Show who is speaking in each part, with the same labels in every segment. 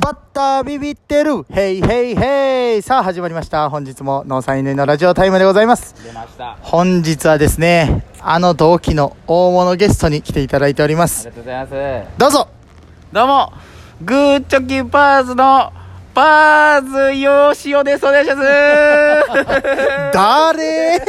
Speaker 1: バッタービビってるヘイヘイヘイさあ始まりました本日も農産犬のラジオタイムでございます
Speaker 2: 出ましたあ
Speaker 1: 本日はですねあの同期の大物ゲストに来ていただいておりま
Speaker 2: り
Speaker 1: す
Speaker 2: がとうございます
Speaker 1: どうぞ
Speaker 2: どうもグーチョキパーズのパーズよしおですお願いします
Speaker 1: 誰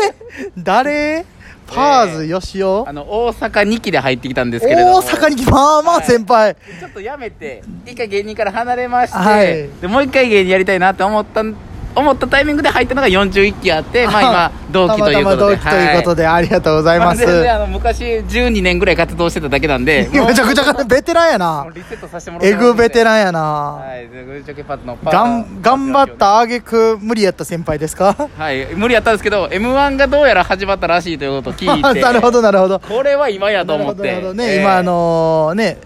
Speaker 1: 誰パーズよしお
Speaker 2: あの大阪2期で入ってきたんですけれども
Speaker 1: 大阪に来まあまあ先輩
Speaker 2: ちょっとやめて一回芸人から離れまして、
Speaker 1: はい
Speaker 2: でもう一回芸人やりたいなって思ったん思ったタイミングで入ったのが41期あっ てまあ今同期ということで
Speaker 1: たまたま同期ということ
Speaker 2: で
Speaker 1: でありがとうございます
Speaker 2: 全然あの昔12年ぐらい活動してただけな んでもう
Speaker 1: めちゃくちゃベテランやな
Speaker 2: もうリセットさせてもらっ
Speaker 1: え
Speaker 2: てますんで
Speaker 1: ぐベテランやな、
Speaker 2: はい、でグーチョキパーズのパー
Speaker 1: がん頑張ったあげく無理やった先輩ですか
Speaker 2: はい、無理やったんですけど m 1がどうやら始まったらしいということを聞いて
Speaker 1: なるほどなるほど
Speaker 2: これは今やと
Speaker 1: なる
Speaker 2: 思
Speaker 1: ほ
Speaker 2: っ
Speaker 1: どなる
Speaker 2: て
Speaker 1: ほどね、今あのね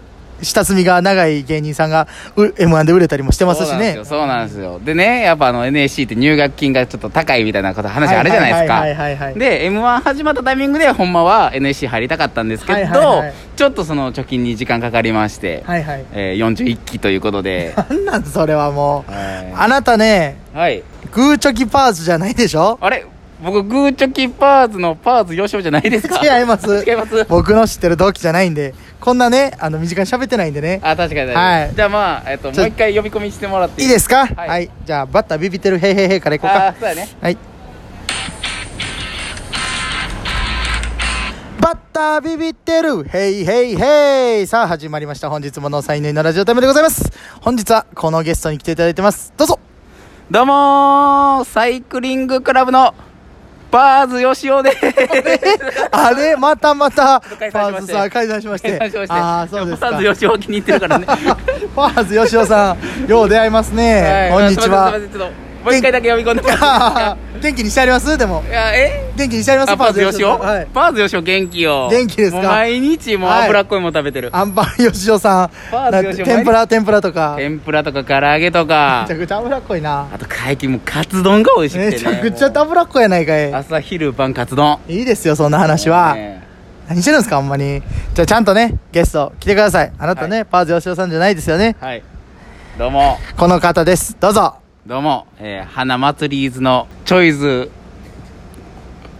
Speaker 1: 下積みが長い芸人さんが m 1で売れたりもしてますしね
Speaker 2: そうなんですよそうなんですよでねやっぱあの NSC って入学金がちょっと高いみたいなこと話あるじゃないです
Speaker 1: はいはいはいはい
Speaker 2: か
Speaker 1: はい
Speaker 2: で m 1始まったタイミングでほんまは NSC 入りたかったんですけど、
Speaker 1: はいはいはい
Speaker 2: ちょっとその貯金に時間かかりまして、
Speaker 1: はいはい
Speaker 2: えー、41期ということで
Speaker 1: なんなんそれはもう、
Speaker 2: は
Speaker 1: あなたね
Speaker 2: い、はい、
Speaker 1: グーチョキパーズじゃないでしょ
Speaker 2: あれ僕グーチョキパーズのパーズよしおじゃないですか
Speaker 1: 違います
Speaker 2: 違います
Speaker 1: 僕の知ってる同期じゃないんでこんなねあの身近に喋ってないんでね
Speaker 2: あ確かに、
Speaker 1: はい
Speaker 2: じゃあまあ、えっと
Speaker 1: ちょ
Speaker 2: もう一回呼び込みしてもらって
Speaker 1: いいですすかは、
Speaker 2: はいい
Speaker 1: じゃあバッタービビってるへいへいへいからいこう
Speaker 2: あ
Speaker 1: か
Speaker 2: ーそうやね
Speaker 1: はいバッタービビってるヘイヘイヘイさあ始まりました本日ものサインのラジオタイムでございます本日はこのゲストに来ていただいてます どうぞ
Speaker 2: どうもーサイクリングクラブのバーズよしお です
Speaker 1: あれまたまたパ
Speaker 2: 解散し
Speaker 1: ー
Speaker 2: まして
Speaker 1: ズさん解散しまして
Speaker 2: 解散しまして
Speaker 1: ああそうですか
Speaker 2: バー ズよしお気に入ってるからね
Speaker 1: パーズよしおさんよう出会いますね、
Speaker 2: い
Speaker 1: こんにち
Speaker 2: すいま
Speaker 1: は
Speaker 2: せんすいませんちょっともう一回だけ呼び込んでもらっていいですか
Speaker 1: 元気にしてありますで も
Speaker 2: いやえ
Speaker 1: 元気にしてあります
Speaker 2: あバーズよしお、
Speaker 1: はい
Speaker 2: バーズよしお元気よ
Speaker 1: 元気ですか
Speaker 2: もう毎日もう
Speaker 1: はい
Speaker 2: 脂っこいもの食べてる、
Speaker 1: アンパンよしおさん
Speaker 2: パーズよしお
Speaker 1: なんて天ぷら天ぷらとかめ
Speaker 2: 天ぷらとか唐揚げとか
Speaker 1: ちゃくちゃ脂っこいな
Speaker 2: あと最近もうカツ丼が美味しくて、ね、
Speaker 1: めちゃくちゃ
Speaker 2: も
Speaker 1: 脂っこいやないか
Speaker 2: う
Speaker 1: い
Speaker 2: 朝昼晩カツ丼
Speaker 1: いいですよそんな話は、
Speaker 2: ね
Speaker 1: 何してるんですかあんまにじゃあちゃんとねゲスト来てくださいあなたね、パーズよしおさんじゃないですよね
Speaker 2: はいどうも
Speaker 1: この方ですどうぞ
Speaker 2: どうも、えー、花祭りーずのチョイズ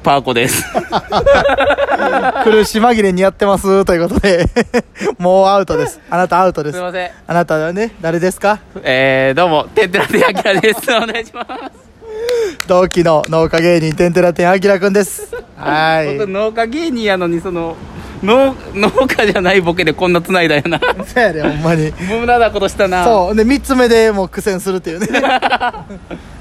Speaker 2: パーコです。
Speaker 1: 苦し紛れにやってますということで もうアウトですあなたアウトですす
Speaker 2: いません。
Speaker 1: あなたはね誰ですか
Speaker 2: えー、どうも、てんてらてあきら です。お願いします。
Speaker 1: 同期の農家芸人てんてらてんあきらくんですは
Speaker 2: 僕、
Speaker 1: い
Speaker 2: 農家芸人やのに、その、農、農家じゃないボケでこんな繋いだよな。
Speaker 1: そやでほんまに
Speaker 2: 無駄なことしたな。
Speaker 1: そうで3つ目でもう苦戦するっていうね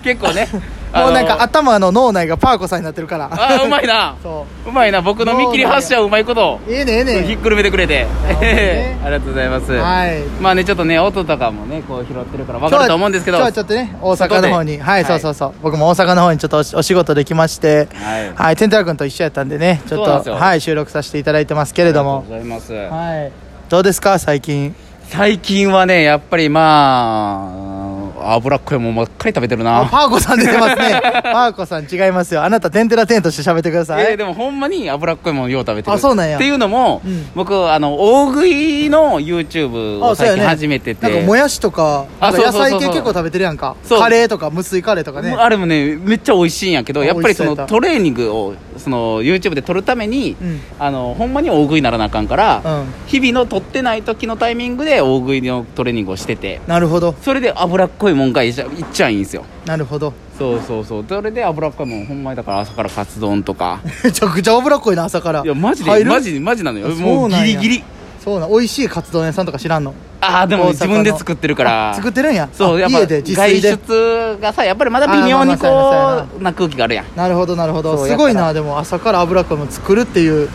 Speaker 2: 結構ね。も
Speaker 1: もうなんか頭の脳内がパーコさんになってるから
Speaker 2: あー、うまいな。
Speaker 1: そう
Speaker 2: まいな。僕の見切り発車うまいこと。
Speaker 1: ええねええね
Speaker 2: ひっくるめてくれて、
Speaker 1: ほどね
Speaker 2: ありがとうございます、
Speaker 1: はい
Speaker 2: まあねちょっとね音とかもねこう拾ってるから
Speaker 1: 今
Speaker 2: 分
Speaker 1: 日
Speaker 2: か
Speaker 1: は
Speaker 2: ると思うんですけど
Speaker 1: 今日はちょっとね大阪の方
Speaker 2: 外
Speaker 1: に
Speaker 2: で
Speaker 1: はい、そうそうそう僕も大阪の方にちょっとお仕お仕事できまして
Speaker 2: はい
Speaker 1: はい天太郎君と一緒やったんでねちょ
Speaker 2: そうなん
Speaker 1: っ
Speaker 2: です
Speaker 1: と
Speaker 2: よ
Speaker 1: はい収録させていただいてますけれども
Speaker 2: ありがとうございます
Speaker 1: はいどうですか最近
Speaker 2: 最近はねやっぱりまあ脂っこいもんばっかり食べてる
Speaker 1: あ
Speaker 2: な
Speaker 1: パーコさん出てます ねパーコさん違いますよあなた天てら天として喋ってくださ
Speaker 2: えー
Speaker 1: い
Speaker 2: でもほんまに脂っこいもんよう食べてる
Speaker 1: あそうなんや
Speaker 2: っていうのも、
Speaker 1: うん
Speaker 2: 僕あの大食いの YouTube を
Speaker 1: そうや
Speaker 2: 最近始めてて
Speaker 1: なんかもやしとかなん
Speaker 2: あ
Speaker 1: か
Speaker 2: そうそ
Speaker 1: 野
Speaker 2: うそうそう
Speaker 1: 菜系結構食べてるやんか
Speaker 2: そう
Speaker 1: カレーとか無水カレーとかね
Speaker 2: あれもねめっちゃ美味しいんやけど
Speaker 1: あ
Speaker 2: やっぱりそ
Speaker 1: 美味しそうや
Speaker 2: の
Speaker 1: った
Speaker 2: トレーニングをその YouTube で撮るために、
Speaker 1: うん
Speaker 2: あのほんまに大食いにならなあかんから、
Speaker 1: うん
Speaker 2: 日々の撮ってない時のタイミングで大食いのトレーニングをしてて
Speaker 1: なるほど
Speaker 2: それで脂っこいもんがいっちゃいっちゃいいんですよ
Speaker 1: なるほど
Speaker 2: そうそうそうそれで脂っこいもんほんまにだから朝からカツ丼とか
Speaker 1: めちゃくちゃ脂っこいな朝から
Speaker 2: いやマジ
Speaker 1: 入
Speaker 2: で
Speaker 1: る
Speaker 2: マジでマジなのよ
Speaker 1: あそ
Speaker 2: も
Speaker 1: う
Speaker 2: う
Speaker 1: な
Speaker 2: ギ
Speaker 1: ん
Speaker 2: リ
Speaker 1: や
Speaker 2: ギリ
Speaker 1: そうなん美味しいカツ丼屋さんとか知らんの
Speaker 2: ああで
Speaker 1: 大阪
Speaker 2: も
Speaker 1: の
Speaker 2: 自分で作ってるから
Speaker 1: あ作ってるんや
Speaker 2: そう
Speaker 1: あ
Speaker 2: やっぱ
Speaker 1: 家で自炊で
Speaker 2: 外出がさやっぱりまだ微妙にこ
Speaker 1: あーまあまあそうやなそうや
Speaker 2: うな空気があるやん
Speaker 1: なるほどなるほど
Speaker 2: そう
Speaker 1: すごい
Speaker 2: やか
Speaker 1: なでも朝から油っこいもの作るっていう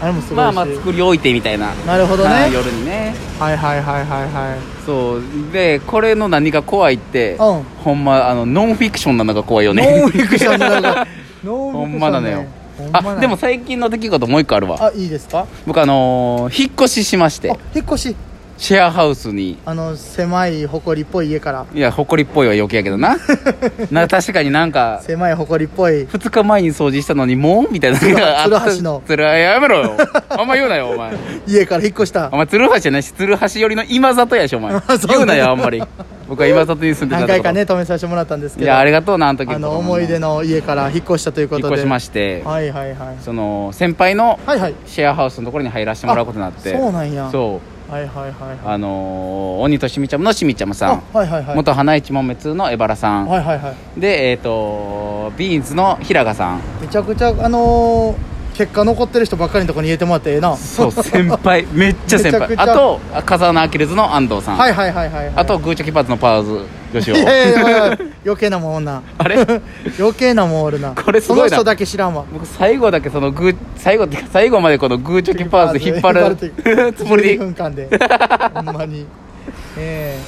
Speaker 1: あれもすごいし、
Speaker 2: まあまあ作り置いてみたいな
Speaker 1: なるほどね
Speaker 2: はい夜にね
Speaker 1: はいはいはいはいは
Speaker 2: そうでこれの何が怖いっ
Speaker 1: う
Speaker 2: て、
Speaker 1: ん
Speaker 2: ほんまあのノンフィクションなのが怖いよ
Speaker 1: い、
Speaker 2: ね
Speaker 1: ノンフィクションの中ノンフ ィ
Speaker 2: ほ
Speaker 1: クションね
Speaker 2: んまなのよ
Speaker 1: ほんまな
Speaker 2: あ
Speaker 1: の
Speaker 2: でも最近の出来事もう一個あるわ
Speaker 1: あいいですか
Speaker 2: 僕あのー引っ越ししまし
Speaker 1: あ
Speaker 2: て
Speaker 1: 引っ越し
Speaker 2: シェアハウスに
Speaker 1: あの狭い埃っぽい家から
Speaker 2: いや埃っぽいは余計やけ どなな確かになんか
Speaker 1: 狭い埃っぽい
Speaker 2: 2日前に掃除したのにもうみたいな
Speaker 1: 鶴
Speaker 2: のがあった
Speaker 1: 鶴橋の
Speaker 2: 鶴橋やめろよあんま言うなよお前
Speaker 1: 家から引っ越した
Speaker 2: お前鶴橋じゃないし鶴橋寄りの今里やしお前
Speaker 1: そう
Speaker 2: 言うなよあんまり僕は今里に住んで
Speaker 1: 何
Speaker 2: たとこ
Speaker 1: 回かね止めさせてもらったんですけ
Speaker 2: い
Speaker 1: ど
Speaker 2: やありがとうなあの時
Speaker 1: あの思い出の家から引っ越したというこ
Speaker 2: 引
Speaker 1: と
Speaker 2: っ
Speaker 1: で
Speaker 2: 越しまして
Speaker 1: はいはいはい
Speaker 2: その先輩の
Speaker 1: はいはい
Speaker 2: シェアハウスのところに入らせてもらうことになって
Speaker 1: あそうなんや
Speaker 2: そう
Speaker 1: はいはいはいはい
Speaker 2: あのー鬼としみちゃむのしみちゃむさん
Speaker 1: あはいはいはい
Speaker 2: 元花一もめ通の江原さん、
Speaker 1: はいはいはい
Speaker 2: でえっ、とビーンズの平賀さん
Speaker 1: めちゃくちゃあのー結果残ってる人ばっかりのとこに入れてもらってええなは
Speaker 2: そう先輩めっちゃ先
Speaker 1: め
Speaker 2: 輩
Speaker 1: ちゃくちゃ
Speaker 2: あと風穴アキレズの安藤さん、
Speaker 1: いはいはいはいはい
Speaker 2: あとグーチョキパーツのパーズ
Speaker 1: い
Speaker 2: 吉尾
Speaker 1: やいやいやいや余計なもんおんな
Speaker 2: あれ
Speaker 1: 余計なもんおるな
Speaker 2: これすごいな
Speaker 1: その人だけ知らんわ
Speaker 2: 僕最後だけそのグー最後っていうか最後までこのグーチョキパーツ引っ張
Speaker 1: 引っ張る
Speaker 2: るつもりで
Speaker 1: 12分間でほんまにえ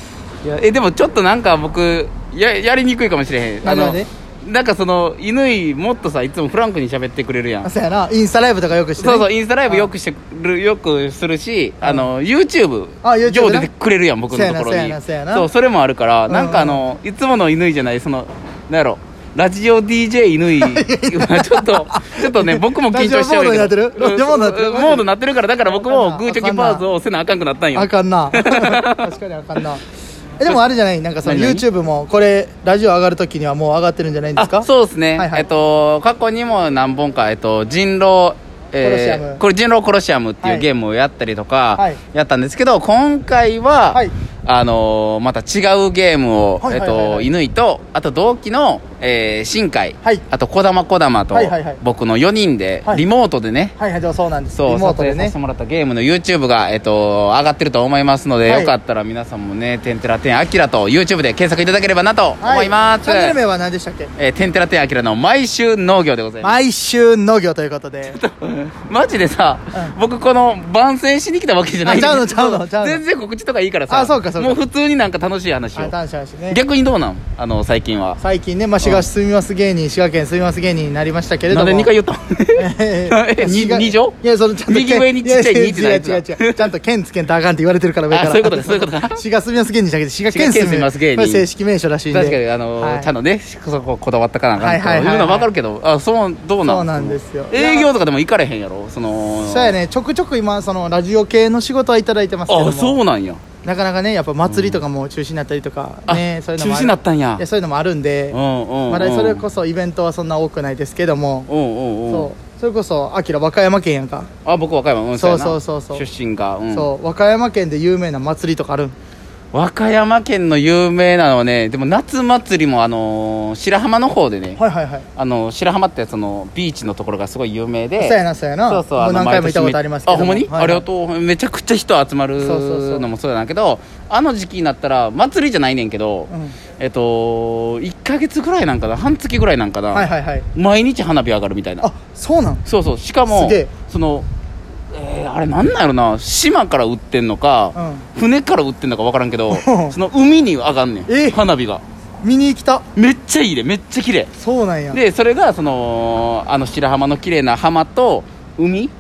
Speaker 2: いやえでもちょっとなんか僕ややりにくいかもしれへん
Speaker 1: なんで
Speaker 2: の
Speaker 1: なんで
Speaker 2: なんかその乾もっとさいつもフランクに喋ってくれるや
Speaker 1: え
Speaker 2: ん
Speaker 1: そうやなインスタライブとかよくしてね
Speaker 2: そうそうインスタライブよくしてるよくするしあの YouTube
Speaker 1: あ YouTube ね
Speaker 2: 上出てくれるやん僕のと
Speaker 1: そう
Speaker 2: ころ
Speaker 1: や
Speaker 2: に
Speaker 1: なそうやなそうやな
Speaker 2: そうそれもあるから
Speaker 1: ん
Speaker 2: なんかあのいつもの乾じゃないそのなんやろラジオ DJ 乾ちょっとちょっとね僕も緊張しちゃう
Speaker 1: ラジオモードになってるラジオモードになってる
Speaker 2: うんモードになってるからだから僕もグーチョキパーツをせなあかんくなったんよ
Speaker 1: あかんな確かにあかんなえでもあれじゃないなんかその
Speaker 2: 何々
Speaker 1: YouTube もこれラジオ上がるときにはもう上がってるんじゃないんですか
Speaker 2: あそうですね、
Speaker 1: はいはい
Speaker 2: えっと過去にも何本か、えっと、人狼
Speaker 1: コロシアム
Speaker 2: これ人狼コロシアムって
Speaker 1: はいいう
Speaker 2: ゲームをやったりとか、
Speaker 1: はい
Speaker 2: やったんですけど今回は、
Speaker 1: はい
Speaker 2: あのーまた違うゲームを、
Speaker 1: はい
Speaker 2: えっ
Speaker 1: はいはいは
Speaker 2: と
Speaker 1: い
Speaker 2: 乾とあと同期の、えー新海、
Speaker 1: はい
Speaker 2: あと児玉児玉と、
Speaker 1: はいはいはい
Speaker 2: 僕の4人で、
Speaker 1: はい
Speaker 2: リモートでね
Speaker 1: はいはいでもそうなんです
Speaker 2: そう
Speaker 1: リモー
Speaker 2: 撮
Speaker 1: ト
Speaker 2: 影
Speaker 1: で
Speaker 2: さ
Speaker 1: ね
Speaker 2: せてもらったゲームの YouTube が、えっと、上がってると思いますので、
Speaker 1: はい
Speaker 2: よかったら皆さんもね「てんてらてんあきら」と YouTube で検索いただければなと思います、
Speaker 1: チャンネル名は何でしたっけ
Speaker 2: えー、てんてらてんあきらの毎週農業でございます。
Speaker 1: 毎週農業ということで
Speaker 2: マジでさ、僕この番宣しに来たわけじゃないんだけど
Speaker 1: あちゃうのちゃうのちゃうの
Speaker 2: 全然告知とかいいからさ。
Speaker 1: あそうかそうか
Speaker 2: もう普通になんか楽しい話
Speaker 1: あ
Speaker 2: を。
Speaker 1: 楽しい話ね
Speaker 2: 逆にどうなんあの、最近は。
Speaker 1: 最近ね、まあ、滋賀住みます芸人滋賀県住みます芸人になりましたけれど
Speaker 2: なん
Speaker 1: も
Speaker 2: で2回言った
Speaker 1: え
Speaker 2: え
Speaker 1: 滋賀
Speaker 2: 二二乗
Speaker 1: いやそのちゃんと
Speaker 2: 右上にちっちゃい二って
Speaker 1: や
Speaker 2: ない
Speaker 1: 違
Speaker 2: や
Speaker 1: う
Speaker 2: つ
Speaker 1: 違う違うちゃんと県つけんとあかんって言われてるから上から
Speaker 2: あそうい うことかそういうことか
Speaker 1: 滋賀住みます芸人じゃなくて滋賀県住
Speaker 2: 滋賀県住みます芸人
Speaker 1: これ正式名称らしいんで
Speaker 2: 確かに、あの、
Speaker 1: はい
Speaker 2: ちゃんとね、そここだわったかなあかんと
Speaker 1: はいはいはいはい
Speaker 2: いうのはわかるけど、あ、そう、どうなん
Speaker 1: そうなんですよ
Speaker 2: 営業とかでも行かれへんやろその。
Speaker 1: そうやねちょくちょく今そのラジオ系の仕事はいただいてますけども
Speaker 2: あ、そうなんや。
Speaker 1: なかなかねやっぱ祭りとかも中止になったりとか
Speaker 2: あ、
Speaker 1: ね、そういうの
Speaker 2: 中
Speaker 1: もあ
Speaker 2: 止
Speaker 1: る
Speaker 2: になったんや
Speaker 1: いや。そういうのもあるんで、
Speaker 2: うんうんうん。
Speaker 1: まだそれこそイベントはそんな多くないですけども、
Speaker 2: うんうんうん。
Speaker 1: そうそれこそあきら和歌山県やんか、
Speaker 2: あ僕和歌山うん
Speaker 1: そう
Speaker 2: やな
Speaker 1: そうそうそう
Speaker 2: 出身が、うん、
Speaker 1: そう和歌山県で有名な祭りとかあるん
Speaker 2: 和歌山県の有名なのはねでも夏祭りもあのー白浜の方でね、
Speaker 1: はいはいはい
Speaker 2: あのー白浜ってそのビーチのところがすごい有名で
Speaker 1: そうやなそうやな
Speaker 2: そうそう
Speaker 1: も
Speaker 2: あ
Speaker 1: う
Speaker 2: の
Speaker 1: 何回も行ったこと
Speaker 2: 毎年
Speaker 1: ありますけど
Speaker 2: あほんまに、
Speaker 1: はいはい
Speaker 2: ありがとうめちゃくちゃ人集まる
Speaker 1: そうそうそう
Speaker 2: のもそうやなんけどあの時期になったら祭りじゃないねんけど、
Speaker 1: うん
Speaker 2: えっと1か月ぐらいなんかな半月ぐらいなんかな、
Speaker 1: はいはいはい
Speaker 2: 毎日花火上がるみたいな
Speaker 1: あそうなん
Speaker 2: そうそうしか
Speaker 1: す
Speaker 2: も
Speaker 1: げえ
Speaker 2: その、えーあれなんなんやろな島から売ってんのか、船から売ってんのか分からんけどその海に上がんね
Speaker 1: え
Speaker 2: ん花火が
Speaker 1: 見に来た
Speaker 2: めっちゃいいでめっちゃ綺麗
Speaker 1: そうなんや
Speaker 2: でそれがそのあの白浜の綺麗な浜と海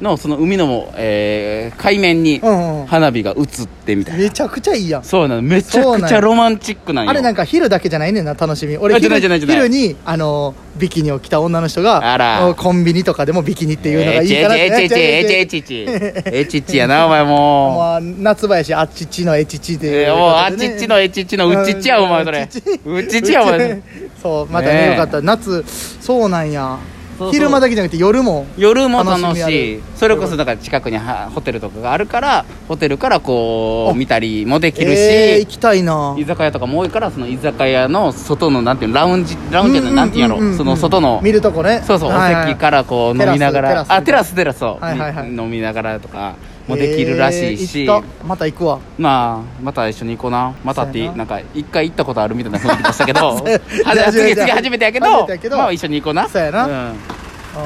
Speaker 2: のその海の、えー海面に
Speaker 1: うんうん
Speaker 2: 花火が映ってみたいな、
Speaker 1: めちゃくちゃいいやん
Speaker 2: そうなのめちゃ
Speaker 1: そう
Speaker 2: く
Speaker 1: なん
Speaker 2: ち
Speaker 1: や
Speaker 2: ゃロマンチックなんよ
Speaker 1: あれなんか昼だけじゃないねんな楽しみ俺
Speaker 2: あじゃ
Speaker 1: 昼
Speaker 2: ないじゃないじゃな
Speaker 1: 昼
Speaker 2: い
Speaker 1: にあのビキニを着た女の人
Speaker 2: あ
Speaker 1: が
Speaker 2: ら
Speaker 1: おコンビニとかでもビキニっていうのがいいかなって
Speaker 2: えーちちえちえちちえちちえちちやなお前もう
Speaker 1: まあ夏林あっちっちのえちちで
Speaker 2: えー、もうあっちっちのえちっちのうちっちやお前それうちっちやお前
Speaker 1: そうまた
Speaker 2: ね
Speaker 1: ね
Speaker 2: え
Speaker 1: よかった夏そうなんや
Speaker 2: そうそう
Speaker 1: 昼間だけじゃなくて夜も
Speaker 2: 夜も楽
Speaker 1: 楽しみあ
Speaker 2: し
Speaker 1: る
Speaker 2: いそれこそだから近くにはホテルとかがあるからホテルからこう見たりもできるし、
Speaker 1: えー行きたいな
Speaker 2: 居酒屋とかも多いからその居酒屋の外のなんていうのラウンジラウンジじゃないなんていうんや
Speaker 1: んんん
Speaker 2: ろ
Speaker 1: ん
Speaker 2: その外の
Speaker 1: 見るとこね
Speaker 2: そうそう、
Speaker 1: はいはい
Speaker 2: お席からこう
Speaker 1: テ
Speaker 2: 飲
Speaker 1: ラス
Speaker 2: みながら
Speaker 1: テラス
Speaker 2: あテラステラスを、
Speaker 1: はいはいはい
Speaker 2: 飲みながらとかもできるらしいし、
Speaker 1: えー行ったまた行くわ
Speaker 2: まあまた一緒に行こうなまたっ
Speaker 1: そう
Speaker 2: て
Speaker 1: やな
Speaker 2: なんか一回行ったことあるみたいな雰囲気でしたけ ど
Speaker 1: そうや
Speaker 2: はじ次次初めてやけ
Speaker 1: 初め
Speaker 2: ど
Speaker 1: てやけど
Speaker 2: まあ一緒に行こうな
Speaker 1: そうやな
Speaker 2: うん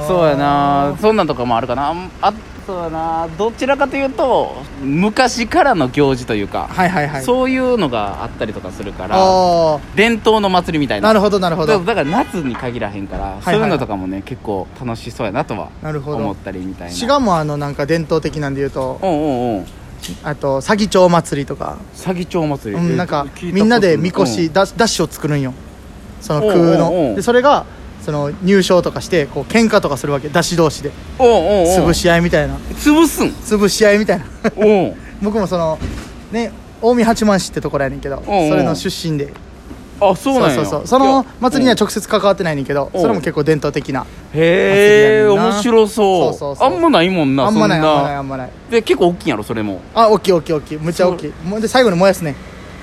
Speaker 2: そうや
Speaker 1: あ
Speaker 2: な
Speaker 1: ー
Speaker 2: そんなんとかもあるかなあそうやなどちらかというと昔からの行事というか、
Speaker 1: はいはいはい
Speaker 2: そういうのがあったりとかするから
Speaker 1: あ
Speaker 2: 伝統の祭りみた
Speaker 1: あ
Speaker 2: いな
Speaker 1: なるほどなるほ
Speaker 2: だ
Speaker 1: ど
Speaker 2: だから夏に限らへんから、
Speaker 1: い
Speaker 2: そういうのとかもね結構楽しそうやなとは
Speaker 1: なるほど
Speaker 2: 思ったりみたいな
Speaker 1: 滋賀もあのなんか伝統的なんで言うと
Speaker 2: うんうんうん
Speaker 1: あと詐欺町祭りとか、
Speaker 2: 詐欺町祭り、
Speaker 1: う
Speaker 2: え
Speaker 1: ん、なんか
Speaker 2: 聞いたこと
Speaker 1: みんなでみこ
Speaker 2: うん
Speaker 1: しだダッシュを作るんよその空
Speaker 2: おうおうお
Speaker 1: の
Speaker 2: う
Speaker 1: でそれがその入賞とかしてこう喧嘩とかするわけダッシュ同士で
Speaker 2: おうおうおう
Speaker 1: 潰し合いみたいな
Speaker 2: 潰すん
Speaker 1: 潰し合いみたいな
Speaker 2: おう
Speaker 1: 僕もそのね近江八幡市ってところやねんけどそ
Speaker 2: おうおう
Speaker 1: れの出身で
Speaker 2: あそうなんや
Speaker 1: そうそうそうその祭りには
Speaker 2: ょ
Speaker 1: 直接関わってないねんけど
Speaker 2: おう
Speaker 1: それも結構伝統的な
Speaker 2: へえ
Speaker 1: 祭りやねんな
Speaker 2: 面白そう
Speaker 1: そうそうそう
Speaker 2: あんまないもんな
Speaker 1: あんまないあ
Speaker 2: そ
Speaker 1: ん
Speaker 2: んな
Speaker 1: まないあんまない
Speaker 2: で結構大きいんやろそれも
Speaker 1: あ大きい大きい大きいむっちゃ大きいもうで最後に燃やすね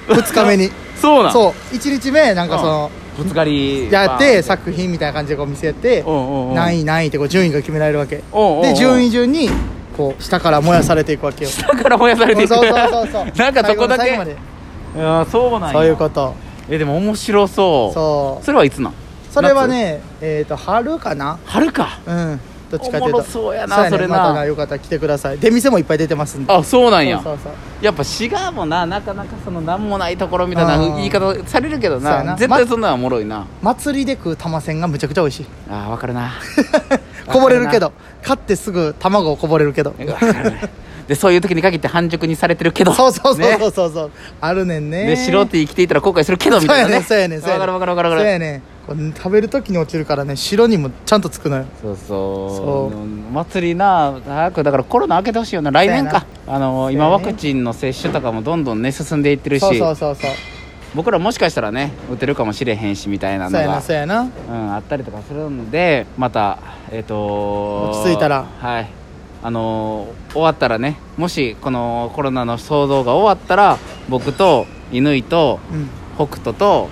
Speaker 1: 2日目 に
Speaker 2: そうなん
Speaker 1: そう1日目なんかその
Speaker 2: ぶつかり
Speaker 1: やっ
Speaker 2: バーン
Speaker 1: て作品みたいな感じでこう見せて
Speaker 2: おうおうおう
Speaker 1: 何位何位ってこう順位が決められるわけ
Speaker 2: おうおうおう
Speaker 1: で順位順にこう下から燃やされていくわけよ
Speaker 2: だから燃やされて
Speaker 1: そう
Speaker 2: いく
Speaker 1: そうそうそう
Speaker 2: なんかそこだけ
Speaker 1: 最後まで
Speaker 2: いやーそうなんや
Speaker 1: そういうこと
Speaker 2: えでも面白そう
Speaker 1: そう
Speaker 2: それはいつなん
Speaker 1: それはねえっと春かな
Speaker 2: 春か
Speaker 1: うんどっちかという
Speaker 2: おもろ
Speaker 1: と
Speaker 2: そうやな
Speaker 1: ね
Speaker 2: それな
Speaker 1: またなよかったら来てください出店もいっぱい出てますんで
Speaker 2: あそうなんや
Speaker 1: そうそうそう
Speaker 2: やっぱ滋賀もななかなかその何もないところみたいな
Speaker 1: うん
Speaker 2: 言い方されるけど
Speaker 1: そうや
Speaker 2: な
Speaker 1: な
Speaker 2: 絶対そんなんおもろいな、
Speaker 1: 祭りで食う玉せんがむちゃくちゃ美味しい
Speaker 2: あーわかるな
Speaker 1: こぼれるけど買ってすぐ卵こぼれるけど
Speaker 2: わかるなでそういう時に限って半熟にされてるけど
Speaker 1: そうそうそうそう
Speaker 2: ね
Speaker 1: そうそう、あるねんね
Speaker 2: で白 T 着ていたら後悔するけど
Speaker 1: そ
Speaker 2: み
Speaker 1: う
Speaker 2: たい
Speaker 1: や
Speaker 2: な
Speaker 1: ね
Speaker 2: ね
Speaker 1: んそうやねんそうやねん
Speaker 2: わかるわかるわかるわ
Speaker 1: そう
Speaker 2: か
Speaker 1: や
Speaker 2: る
Speaker 1: ねんこう食べる時に落ちるからね白にもちゃんとつくのよ
Speaker 2: そう
Speaker 1: そ
Speaker 2: そう祭りな早くだからコロナ明けてほしいよな来年かあの
Speaker 1: そうやね
Speaker 2: 今ワクチンの接種とかもどんどんね進んでいってるし
Speaker 1: そうそうそうそう
Speaker 2: 僕らもしかしたらね打てるかもしれへんしみたいなの
Speaker 1: そうやな
Speaker 2: が
Speaker 1: そうやな
Speaker 2: うん、あったりとかするのでまたえっ、と
Speaker 1: 落ち着いたら
Speaker 2: はいあのー終わったらねもしこのコロナの騒動が終わったら僕と乾と
Speaker 1: うん
Speaker 2: 北斗と、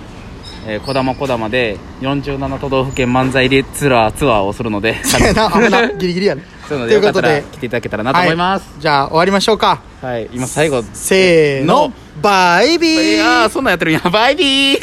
Speaker 2: えー、小玉小玉で47都道府県漫才リツアーツアーをするの で
Speaker 1: そうやな危なギリギリやね
Speaker 2: そういうの
Speaker 1: と
Speaker 2: で
Speaker 1: い
Speaker 2: よ
Speaker 1: う
Speaker 2: か
Speaker 1: こと
Speaker 2: った
Speaker 1: で
Speaker 2: ら来ていただけたらなと思います、
Speaker 1: はじゃあ終わりましょうか
Speaker 2: はい今最後
Speaker 1: せーのバイビ
Speaker 2: い
Speaker 1: ー
Speaker 2: やーそんなんやってるんやバイビー